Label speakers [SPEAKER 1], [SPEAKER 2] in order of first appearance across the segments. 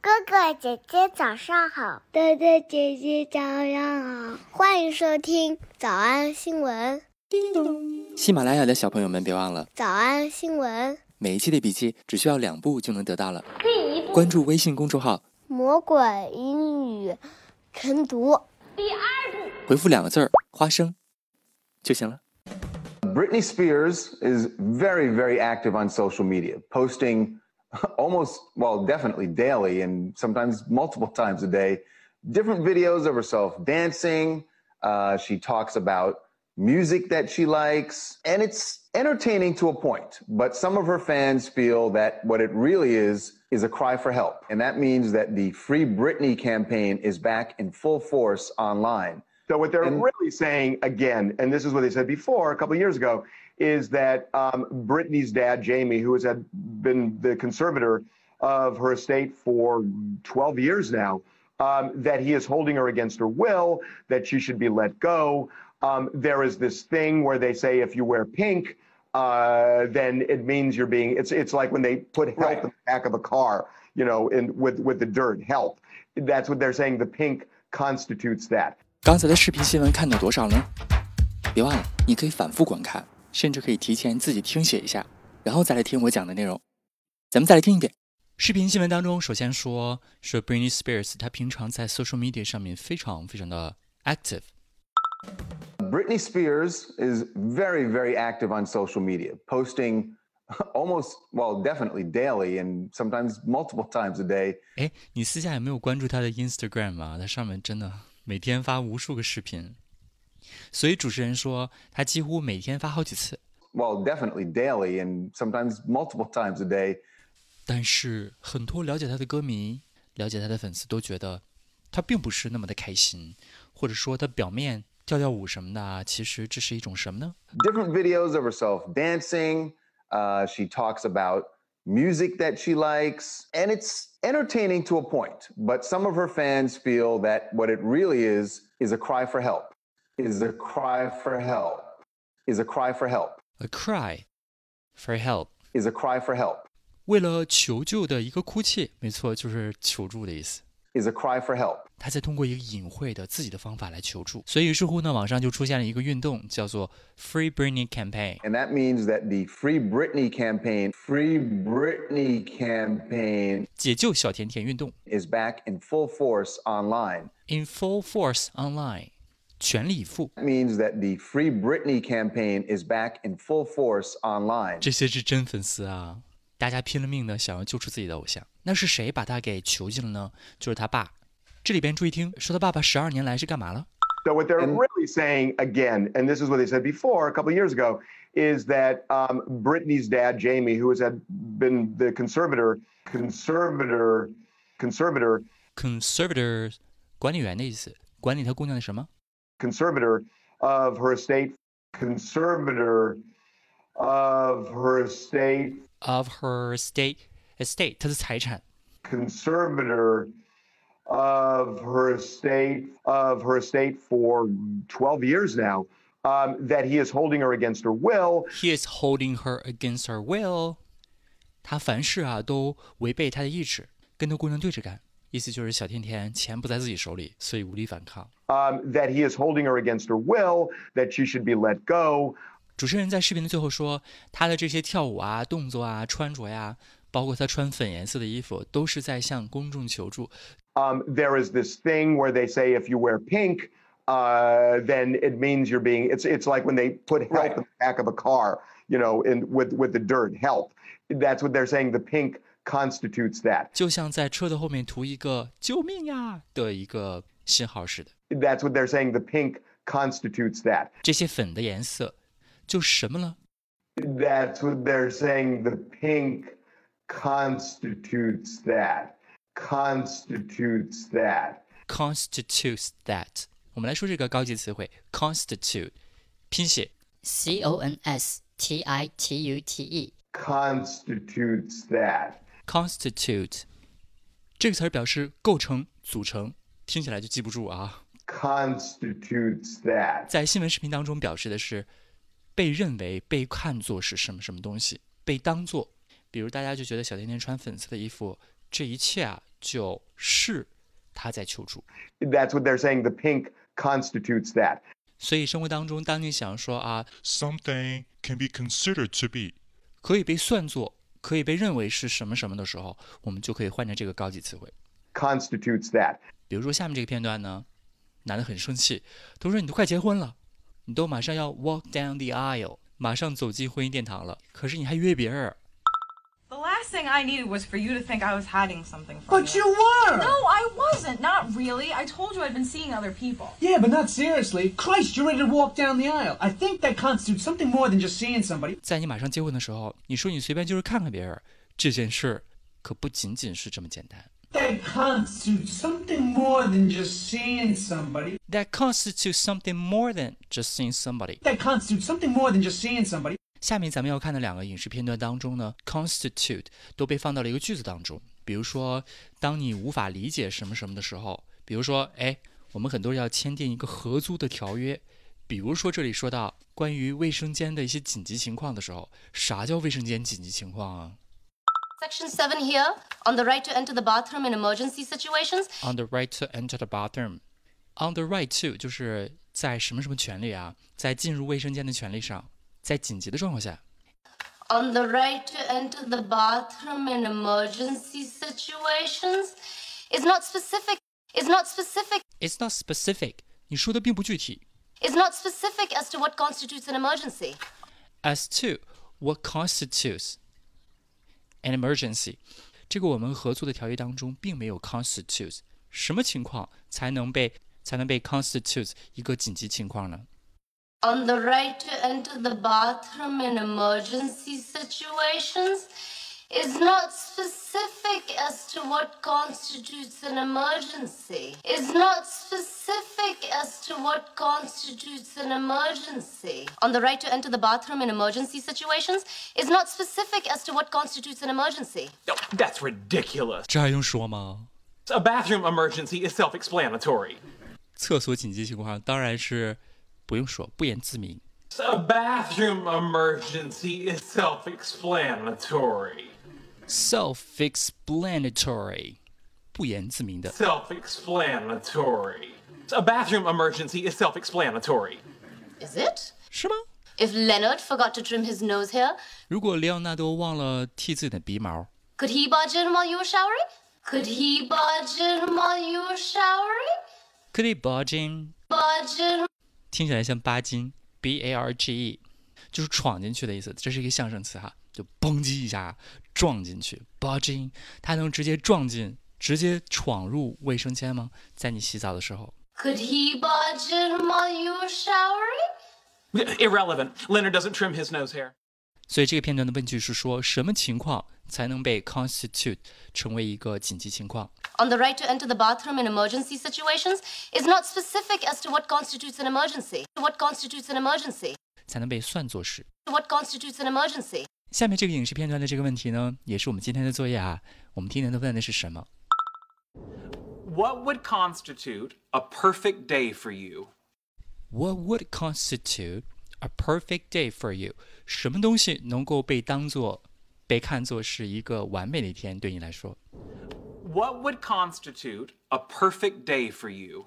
[SPEAKER 1] 哥哥姐姐早上好，
[SPEAKER 2] 哥哥姐姐早上好，
[SPEAKER 1] 欢迎收听早安新闻。
[SPEAKER 2] 叮咚，
[SPEAKER 3] 喜马拉雅的小朋友们别忘了，
[SPEAKER 1] 早安新闻，
[SPEAKER 3] 每一期的笔记只需要两步就能得到了。
[SPEAKER 4] 第一步，
[SPEAKER 3] 关注微信公众号，
[SPEAKER 1] 魔鬼英语晨读。
[SPEAKER 4] 第二步，
[SPEAKER 3] 回复两个字儿“花生”就行了。
[SPEAKER 5] Britney Spears is very, very active on social media, posting almost, well, definitely daily and sometimes multiple times a day, different videos of herself dancing. Uh, she talks about music that she likes, and it's entertaining to a point. But some of her fans feel that what it really is is a cry for help. And that means that the Free Britney campaign is back in full force online.
[SPEAKER 6] So what they're
[SPEAKER 5] And-
[SPEAKER 6] really saying again, and this is what they said before a couple of years ago, is that um, Britney's dad, Jamie, who has had been the conservator of her estate for 12 years now, um, that he is holding her against her will, that she should be let go. Um, there is this thing where they say if you wear pink, uh, then it means you're being. It's it's like when they put help
[SPEAKER 5] Right.
[SPEAKER 6] in the back of a car, you know, in with with the dirt help. That's what they're saying. The pink constitutes that.
[SPEAKER 3] 刚才的视频新闻看到多少呢？别忘了，你可以反复观看，甚至可以提前自己听写一下，然后再来听我讲的内容。咱们再来听一遍。视频新闻当中，首先说说 Britney Spears，她平常在 social media 上面非常非常的 active。
[SPEAKER 5] Britney Spears is very, very active on social media, posting almost, well, definitely daily and sometimes multiple times a day,
[SPEAKER 3] 哎，你私下有没有关注她的 Instagram 啊？她上面真的每天发无数个视频，所以主持人说她几乎每天发好几次。
[SPEAKER 5] well, definitely daily and sometimes multiple times a day.
[SPEAKER 3] 但是很多了解他的歌迷、了解他的粉丝都觉得，他并不是那么的开心，或者说他表面跳跳舞什么的啊，其实这是一种什么呢？
[SPEAKER 5] Different videos of herself dancing. Uh, she talks about music that she likes, and it's entertaining to a point. But some of her fans feel that what it really is is a cry for help, is a cry for help, is a cry for help,
[SPEAKER 3] A cry for help，
[SPEAKER 5] is a cry for help.
[SPEAKER 3] 为了求救的一个哭泣，没错，就是求助的意思。
[SPEAKER 5] is a cry for help.
[SPEAKER 3] 他在通过一个隐晦的自己的方法来求助，所以于是乎呢，网上就出现了一个运动，叫做 Free Britney Campaign。
[SPEAKER 5] And that means that the Free Britney campaign, Free Britney campaign
[SPEAKER 3] 解救小甜甜运动
[SPEAKER 5] is back in full force online.
[SPEAKER 3] in full force online，全力以赴。
[SPEAKER 5] That means that the Free Britney campaign is back in full force online.
[SPEAKER 3] 这些是真粉丝啊！大家拼了命的想要救出自己的偶像，那是谁把他给囚禁了呢？就是他爸。这里边注意听，说他爸爸十二年来是干嘛了？
[SPEAKER 6] So what they're
[SPEAKER 5] And-
[SPEAKER 6] really saying again, and this is what they said before a couple of years ago, is that um, Britney's dad, Jamie, who has had been the conservator, conservator, conservator,
[SPEAKER 3] conservator，管理员的意思，管理他姑娘的什么？
[SPEAKER 6] conservator of her estate, conservator of her estate,
[SPEAKER 3] of her estate estate，她的财产。
[SPEAKER 6] conservator of her estate of her estate for 12 years now. Um, that he is holding her against her will.
[SPEAKER 3] He is holding her against her will。他凡事啊都违背他的意志，跟他姑娘对着干，意思就是小甜甜钱不在自己手里，所以无力反抗。
[SPEAKER 6] um, that he is holding her against her will, that she should be let go.
[SPEAKER 3] 主持人在视频的最后说，她的这些跳舞啊、动作啊、穿着呀、包括她穿粉颜色的衣服，都是在向公众求助。
[SPEAKER 6] Um, there is this thing where they say if you wear pink, uh, then it means you're being. It's it's like when they put help
[SPEAKER 5] Right.
[SPEAKER 6] in the back of a car, you know, in with with the dirt help. That's what they're saying. The pink constitutes that.
[SPEAKER 3] 就像在车的后面涂一个“救命呀”的一个信号似的。
[SPEAKER 6] That's what they're saying. The pink constitutes that.
[SPEAKER 3] 这些粉的颜色就是什么呢？
[SPEAKER 6] That's what they're saying. The pink constitutes that. Constitutes that.
[SPEAKER 3] constitutes that。我们来说这个高级词汇 constitute，拼写
[SPEAKER 7] C O N S T I T U T E。
[SPEAKER 6] Constitutes that.
[SPEAKER 3] constitute 这个词儿表示构成、组成，听起来就记不住啊。
[SPEAKER 6] constitutes that.
[SPEAKER 3] 在新闻视频当中表示的是被认为、被看作是什么什么东西，被当做。比如大家就觉得小甜甜穿粉色的衣服，这一切啊就是他在求助。
[SPEAKER 8] That's what they're saying. The pink constitutes that.
[SPEAKER 3] 所以生活当中，当你想说啊，
[SPEAKER 9] something can be considered to be
[SPEAKER 3] 可以被算作，可以被认为是什么什么的时候，我们就可以换成这个高级词汇。
[SPEAKER 8] Constitutes that.
[SPEAKER 3] 比如说下面这个片段呢，男的很生气，都说你都快结婚了，你都马上要 walk down the aisle，马上走进婚姻殿堂了，可是你还约别人。
[SPEAKER 10] The last thing I needed was for you to think I was hiding something from
[SPEAKER 11] But you were!
[SPEAKER 10] No, I wasn't. Not really. I told you I'd been seeing other people.
[SPEAKER 11] Yeah, but not seriously. Christ, you're ready to walk down the aisle. I think that constitutes something more than just seeing somebody.
[SPEAKER 3] 在你马上结婚的时候，你说你随便就是看看别人，这件事儿可不仅仅是这么简单。
[SPEAKER 11] That constitutes something more than just seeing somebody.
[SPEAKER 3] That constitutes something more than just seeing somebody。
[SPEAKER 11] That constitutes something more than just seeing somebody.
[SPEAKER 3] 下面咱们要看的两个影视片段当中呢，constitute 都被放到了一个句子当中。比如说，当你无法理解什么什么的时候，比如说，哎，我们很多人要签订一个合租的条约。比如说这里说到关于卫生间的一些紧急情况的时候，啥叫卫生间紧急情况啊
[SPEAKER 12] Section 7 here, on the right to enter the bathroom in emergency situations,
[SPEAKER 3] ？On the right to enter the bathroom。On the right to 就是在什么什么权利啊，在进入卫生间的权利上，在紧急的状况下。
[SPEAKER 12] on the right to enter the bathroom in emergency situations is not specific, is not specific,
[SPEAKER 3] It's not specific，你说的并不具体。
[SPEAKER 12] is not specific as to what constitutes an emergency.
[SPEAKER 3] as to what constitutes an emergency。这个我们合作的条约当中并没有 constitutes，什么情况才能被才能被 constitutes 一个紧急情况呢？
[SPEAKER 12] On the right to enter the bathroom in emergency situations is not specific as to what constitutes an emergency. Is not specific as to what constitutes an emergency. On the right to enter the bathroom in emergency situations is not specific as to what constitutes an emergency.
[SPEAKER 6] No, that's ridiculous.
[SPEAKER 3] 这还用说吗？
[SPEAKER 6] A bathroom emergency is self explanatory.
[SPEAKER 3] 厕所紧急情况当然是不用说，不言自明。
[SPEAKER 6] A bathroom emergency is self explanatory.
[SPEAKER 3] Self-explanatory，不言自明的。
[SPEAKER 6] Self explanatory. A bathroom emergency is self explanatory.
[SPEAKER 12] Is it?
[SPEAKER 3] 是吗？
[SPEAKER 12] If Leonard forgot to trim his nose hair,
[SPEAKER 3] 如果雷昂纳多忘了剃自己的鼻毛，
[SPEAKER 12] Could he barge in while you were showering? Could he barge in while you were showering?
[SPEAKER 3] could he barge in？
[SPEAKER 12] Barge in.
[SPEAKER 3] 听起来像巴金 （B A R G E），就是闯进去的意思。这是一个象声词哈，就嘣叽一下撞进去 b u d g i n 它能直接撞进，直接闯入卫生间吗？在你洗澡的时候
[SPEAKER 12] Could he barge in while you were showering?
[SPEAKER 6] Irrelevant. Leonard doesn't trim his nose hair.
[SPEAKER 3] 所以这个片段的问句是说什么情况才能被 constitute 成为一个紧急情况？
[SPEAKER 12] On the right to enter the bathroom in emergency situations is not specific as to what constitutes an emergency. What constitutes an emergency?
[SPEAKER 3] 才能被算作是。
[SPEAKER 12] What constitutes an emergency?
[SPEAKER 3] 下面这个影视片段的这个问题呢，也是我们今天的作业啊。我们今天的问的是什么？
[SPEAKER 6] What would constitute a perfect day for you?
[SPEAKER 3] What would constitute a perfect day for you？什么东西能够被当做、被看作是一个完美的一天？对你来说
[SPEAKER 6] What would constitute a perfect day for you?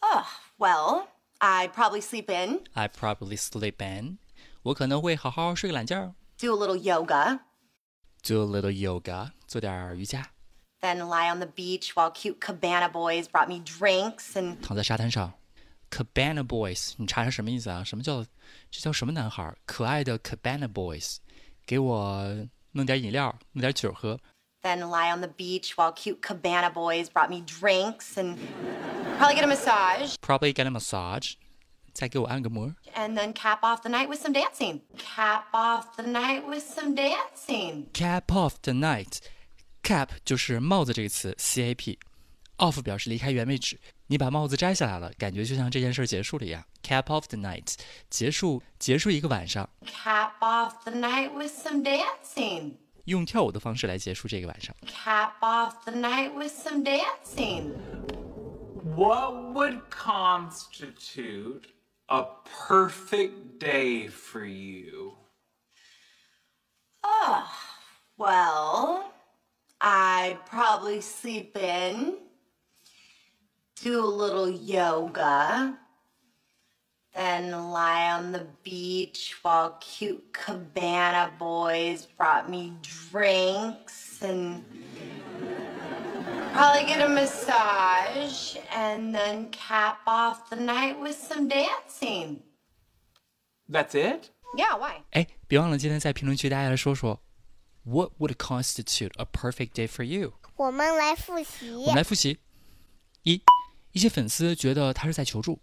[SPEAKER 12] Oh, well, I'd probably sleep in,
[SPEAKER 3] ，I probably sleep in。我可能会好好睡个懒觉
[SPEAKER 12] do a little yoga,
[SPEAKER 3] ，do a little yoga，做点儿瑜伽，
[SPEAKER 12] then lie on the beach while cute cabana boys brought me drinks and
[SPEAKER 3] 躺在沙滩上。Cabana Boys，你查查什么意思啊？什么叫这叫什么男孩儿？可爱的 Cabana Boys，给我弄点饮料，弄点酒喝。
[SPEAKER 12] then lie on the beach while cute cabana boys brought me drinks and probably get a massage
[SPEAKER 3] Probably get a massage，再给我按个摩。
[SPEAKER 12] and then cap off the night with some dancing. Cap off the night with some dancing.
[SPEAKER 3] cap off the night。cap 就是帽子这个词，c a p。off 表示离开原位置，你把帽子摘下来了，感觉就像这件事儿结束了一样。cap off the night，结束结束一个晚上，
[SPEAKER 12] Cap off the night with some dancing.
[SPEAKER 3] 用跳舞的方式来结束这个晚上。
[SPEAKER 12] Cap off the night with some dancing.
[SPEAKER 6] What would constitute a perfect day for you?
[SPEAKER 12] Oh, well, I'd probably sleep in, do a little yoga, then lie on the beach while cute cabana boys brought me drinks and probably get a massage and then cap off the night with some dancing.
[SPEAKER 6] That's it?
[SPEAKER 12] Yeah, why?
[SPEAKER 3] 哎，别忘了今天在评论区大家来说说，What would constitute a perfect day for you？
[SPEAKER 1] 我们来复习。
[SPEAKER 3] 我们来复习：一，一些粉丝觉得他是在求助；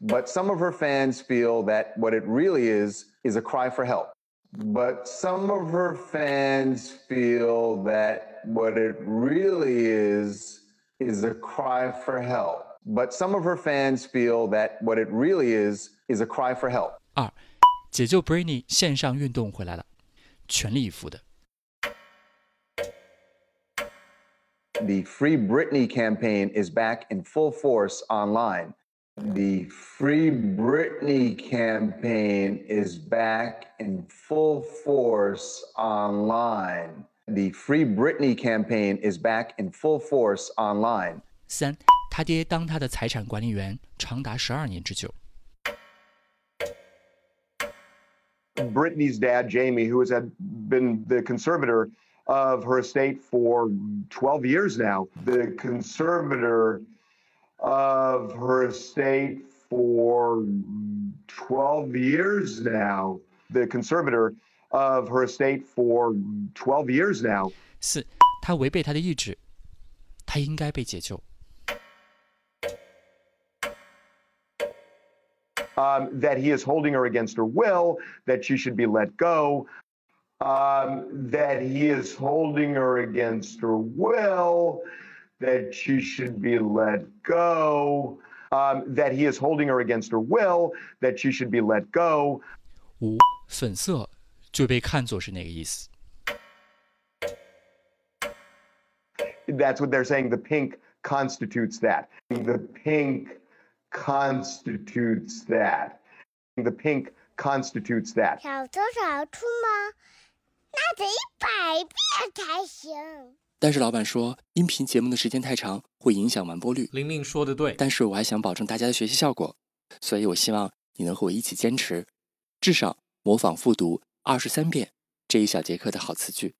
[SPEAKER 5] But some of her fans feel that what it really is is a cry for help. But some of her fans feel that what it really is is a cry for help. But some of her fans feel that what it really is is a cry for help.
[SPEAKER 3] 二，解救 Britney 线上运动回来了，全力以赴的；
[SPEAKER 5] The Free Britney campaign is back in full force online. The Free Britney campaign is back in full force online. The Free Britney campaign is back in full force online.
[SPEAKER 3] 三，他爹当他的财产管理员长达十二年之久；
[SPEAKER 8] Brittany's dad, Jamie, who has had been the conservator of her estate for 12 years now, the conservator of her estate for 12 years now, the conservator of her estate for 12 years now.
[SPEAKER 3] 四，他违背他的意志，他应该被解救；
[SPEAKER 8] um, that he is holding her against her will, that she should be let go, um, that he is holding her against her will, that she should be let go, um, that he is holding her against her will, that she should be let go,
[SPEAKER 3] 五，粉色就被看作是那个意思。
[SPEAKER 8] that's what they're saying. The pink constitutes that. The pink constitutes that. The pink constitutes that.
[SPEAKER 1] 小偷小兔吗？那得一百遍才行。
[SPEAKER 3] 但是老板说，音频节目的时间太长，会影响完播率。
[SPEAKER 13] 玲玲说的对，
[SPEAKER 3] 但是我还想保证大家的学习效果，所以我希望你能和我一起坚持，至少模仿复读二十三遍这一小节课的好词句。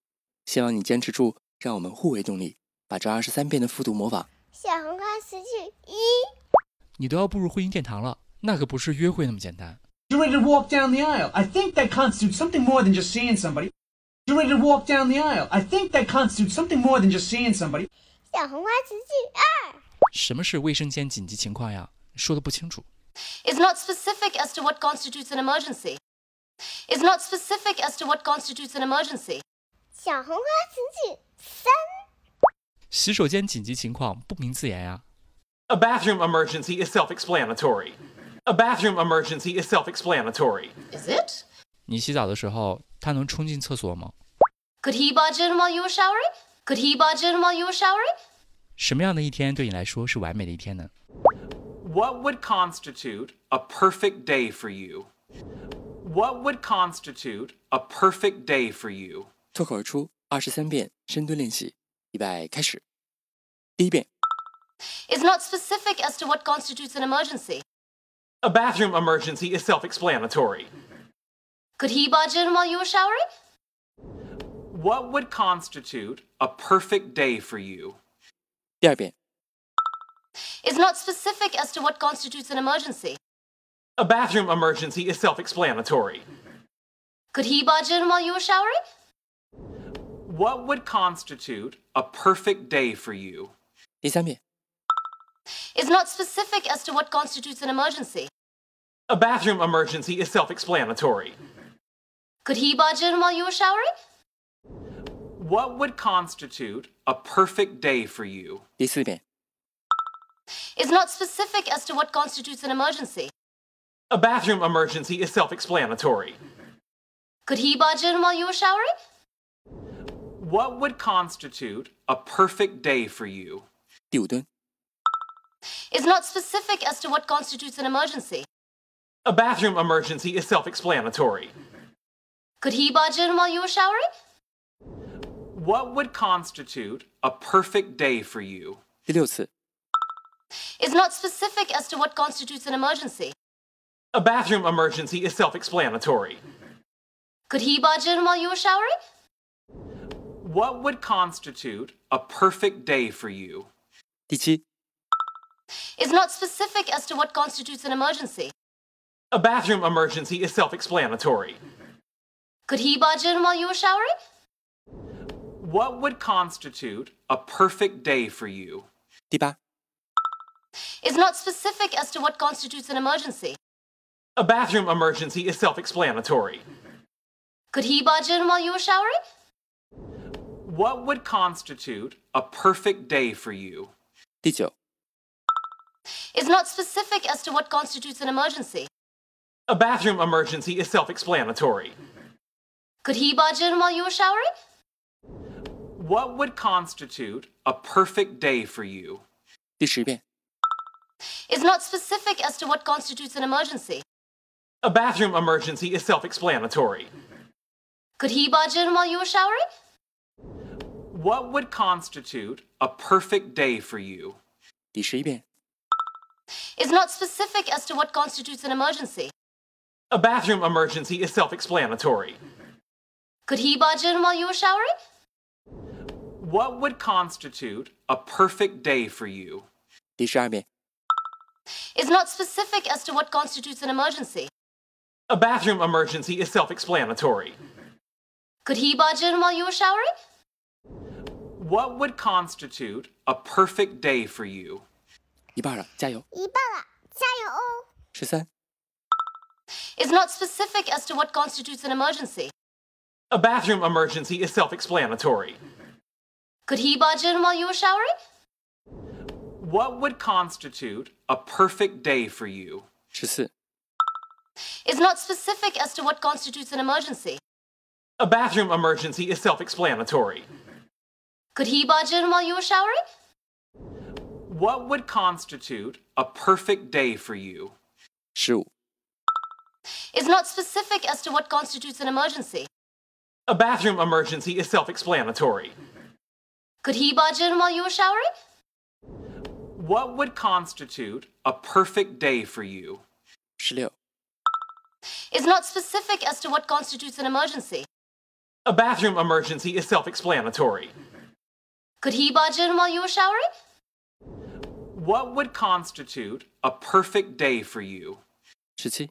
[SPEAKER 3] 希望你坚持住，让我们互为动力，把这二十三遍的复读模仿，
[SPEAKER 1] 小红花词句一，
[SPEAKER 3] 你都要步入婚姻殿堂了，那可不是约会那么简单。
[SPEAKER 11] You're ready to walk down the aisle. I think that constitutes something more than just seeing somebody. You're ready to walk down the aisle. I think that constitutes something more than just seeing somebody.
[SPEAKER 1] 小红花词句二，
[SPEAKER 3] 什么是卫生间紧急情况呀？说的不清楚。
[SPEAKER 12] is not specific as to what constitutes an emergency. Is not specific as to what constitutes an emergency.
[SPEAKER 1] 小红花词句三，
[SPEAKER 3] 洗手间紧急情况不明自言呀。
[SPEAKER 6] A bathroom emergency is self explanatory. A bathroom emergency is self explanatory.
[SPEAKER 12] Is it?
[SPEAKER 3] 你洗澡的时候，他能冲进厕所吗？
[SPEAKER 12] Could he barge in while you were showering? Could he barge in while you were showering?
[SPEAKER 3] 什么样的一天对你来说是完美的一天呢？
[SPEAKER 6] What would constitute a perfect day for you? What would constitute a perfect day for you?
[SPEAKER 3] 脱口而出二十三遍深蹲练习，预备开始。第一遍，
[SPEAKER 12] Is not specific as to what constitutes an emergency.
[SPEAKER 6] A bathroom emergency is self explanatory.
[SPEAKER 12] Could he barge in while you were showering?
[SPEAKER 6] What would constitute a perfect day for you?
[SPEAKER 3] 第二遍，
[SPEAKER 12] Is not specific as to what constitutes an emergency.
[SPEAKER 6] A bathroom emergency is self explanatory.
[SPEAKER 12] Could he barge in while you were showering?
[SPEAKER 6] What would constitute a perfect day for you?
[SPEAKER 3] 第三遍，
[SPEAKER 12] Is not specific as to what constitutes an emergency.
[SPEAKER 6] A bathroom emergency is self explanatory.
[SPEAKER 12] Could he barge in while you were showering?
[SPEAKER 6] What would constitute a perfect day for you?
[SPEAKER 3] 第四遍，
[SPEAKER 12] Is not specific as to what constitutes an emergency.
[SPEAKER 6] A bathroom emergency is self explanatory.
[SPEAKER 12] Could he barge in while you were showering?
[SPEAKER 6] What would constitute a perfect day for you?
[SPEAKER 3] 第五蹲，
[SPEAKER 12] Is not specific as to what constitutes an emergency.
[SPEAKER 6] A bathroom emergency is self explanatory.
[SPEAKER 12] Could he barge in while you were showering?
[SPEAKER 6] What would constitute a perfect day for you?
[SPEAKER 3] 第六次，
[SPEAKER 12] Is not specific as to what constitutes an emergency.
[SPEAKER 6] A bathroom emergency is self explanatory.
[SPEAKER 12] Could he barge in while you were showering?
[SPEAKER 6] What would constitute a perfect day for you?
[SPEAKER 3] 第七，
[SPEAKER 12] Is not specific as to what constitutes an emergency.
[SPEAKER 6] A bathroom emergency is self explanatory.
[SPEAKER 12] Could he barge in while you were showering?
[SPEAKER 6] What would constitute a perfect day for you?
[SPEAKER 3] 第八，
[SPEAKER 12] Is not specific as to what constitutes an emergency.
[SPEAKER 6] A bathroom emergency is self explanatory.
[SPEAKER 12] Could he barge in while you were showering?
[SPEAKER 6] What would constitute a perfect day for you?
[SPEAKER 3] 第九，
[SPEAKER 12] Is not specific as to what constitutes an emergency.
[SPEAKER 6] A bathroom emergency is self explanatory.
[SPEAKER 12] Could he barge in while you were showering?
[SPEAKER 6] What would constitute a perfect day for you?
[SPEAKER 3] 第十遍，
[SPEAKER 12] Is not specific as to what constitutes an emergency.
[SPEAKER 6] A bathroom emergency is self explanatory.
[SPEAKER 12] Could he barge in while you were showering?
[SPEAKER 6] What would constitute a perfect day for you?
[SPEAKER 3] 第十一遍，
[SPEAKER 12] Is not specific as to what constitutes an emergency.
[SPEAKER 6] A bathroom emergency is self explanatory.
[SPEAKER 12] Could he barge in while you were showering?
[SPEAKER 6] What would constitute a perfect day for you?
[SPEAKER 3] 第十二遍，
[SPEAKER 12] Is not specific as to what constitutes an emergency.
[SPEAKER 6] A bathroom emergency is self explanatory.
[SPEAKER 12] Could he barge in while you were showering?
[SPEAKER 6] What would constitute a perfect day for you?
[SPEAKER 3] 一半了，加油！
[SPEAKER 1] 一半了，加油哦！
[SPEAKER 3] 十三、
[SPEAKER 12] Is not specific as to what constitutes an emergency.
[SPEAKER 6] A bathroom emergency is self explanatory.
[SPEAKER 12] Could he barge in while you were showering?
[SPEAKER 6] What would constitute a perfect day for you?
[SPEAKER 3] 十四、
[SPEAKER 12] Is not specific as to what constitutes an emergency.
[SPEAKER 6] A bathroom emergency is self explanatory.
[SPEAKER 12] Could he barge in while you were showering?
[SPEAKER 6] What would constitute a perfect day for you?
[SPEAKER 3] 十五、
[SPEAKER 12] Is not specific as to what constitutes an emergency.
[SPEAKER 6] A bathroom emergency is self explanatory.
[SPEAKER 12] Could he barge in while you were showering?
[SPEAKER 6] What would constitute a perfect day for you?
[SPEAKER 3] 十六、
[SPEAKER 12] Is not specific as to what constitutes an emergency.
[SPEAKER 6] A bathroom emergency is self explanatory.
[SPEAKER 12] Could he barge in while you were showering?
[SPEAKER 6] What would constitute a perfect day for you?
[SPEAKER 3] 十七、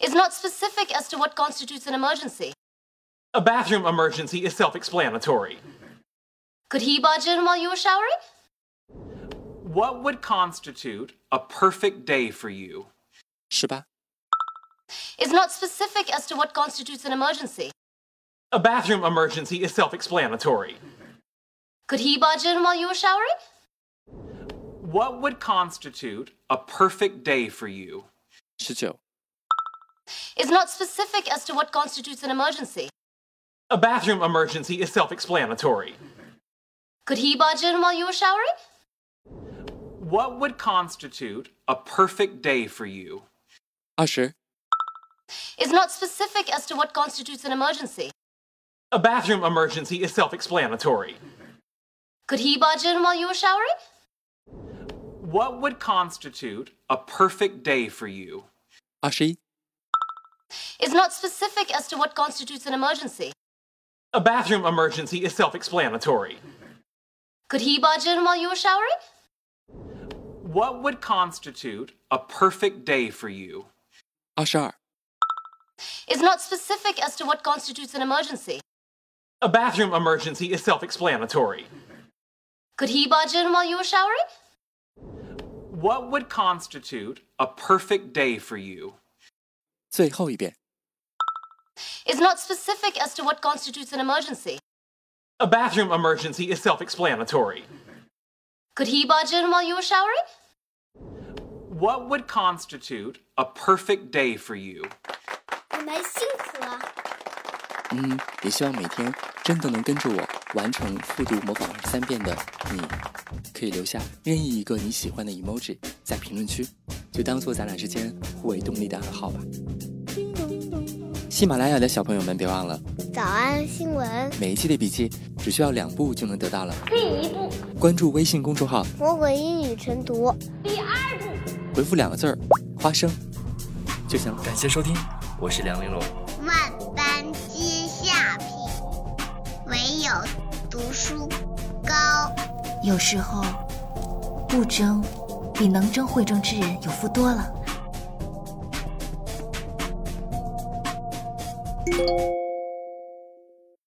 [SPEAKER 12] Is not specific as to what constitutes an emergency.
[SPEAKER 6] A bathroom emergency is self explanatory.
[SPEAKER 12] Could he barge in while you were showering?
[SPEAKER 6] What would constitute a perfect day for you?
[SPEAKER 3] 十八、
[SPEAKER 12] Is not specific as to what constitutes an emergency.
[SPEAKER 6] A bathroom emergency is self explanatory.
[SPEAKER 12] Could he barge in while you were showering?
[SPEAKER 6] What would constitute a perfect day for you?
[SPEAKER 3] 十九、
[SPEAKER 12] Is not specific as to what constitutes an emergency.
[SPEAKER 6] A bathroom emergency is self explanatory.
[SPEAKER 12] Could he barge in while you were showering?
[SPEAKER 6] What would constitute a perfect day for you?
[SPEAKER 3] 二十、
[SPEAKER 12] Is not specific as to what constitutes an emergency.
[SPEAKER 6] A bathroom emergency is self explanatory.
[SPEAKER 12] Could he barge in while you were showering?
[SPEAKER 6] What would constitute a perfect day for you?
[SPEAKER 3] 二十一、
[SPEAKER 12] Is not specific as to what constitutes an emergency.
[SPEAKER 6] A bathroom emergency is self explanatory.
[SPEAKER 12] Could he barge in while you were showering?
[SPEAKER 6] What would constitute a perfect day for you?
[SPEAKER 3] 二十二、
[SPEAKER 12] Is not specific as to what constitutes an emergency.
[SPEAKER 6] A bathroom emergency is self explanatory.
[SPEAKER 12] Could he barge in while you were showering?
[SPEAKER 6] What would constitute a perfect day for you?
[SPEAKER 3] 最后一遍。
[SPEAKER 12] Is not specific as to what constitutes an emergency.
[SPEAKER 6] A bathroom emergency is self explanatory.
[SPEAKER 12] Could he barge in while you were showering?
[SPEAKER 6] What would constitute a perfect day for you?
[SPEAKER 1] 你们辛苦了，
[SPEAKER 3] 嗯，也希望每天真的能跟着我完成复读模仿二十三遍的你，可以留下任意一个你喜欢的 emoji 在评论区，就当做咱俩之间互为动力的暗号吧。喜马拉雅的小朋友们，别忘了
[SPEAKER 1] 早安新闻，
[SPEAKER 3] 每一期的笔记只需要两步就能得到了。
[SPEAKER 1] 第一步，
[SPEAKER 3] 关注微信公众号，
[SPEAKER 1] 魔鬼英语晨读；第二步，
[SPEAKER 3] 回复两个字儿“花生”就行了。感谢收听，我是梁玲珑。
[SPEAKER 1] 万般皆下品，唯有读书高。
[SPEAKER 12] 有时候，不争比能争会争之人有福多了。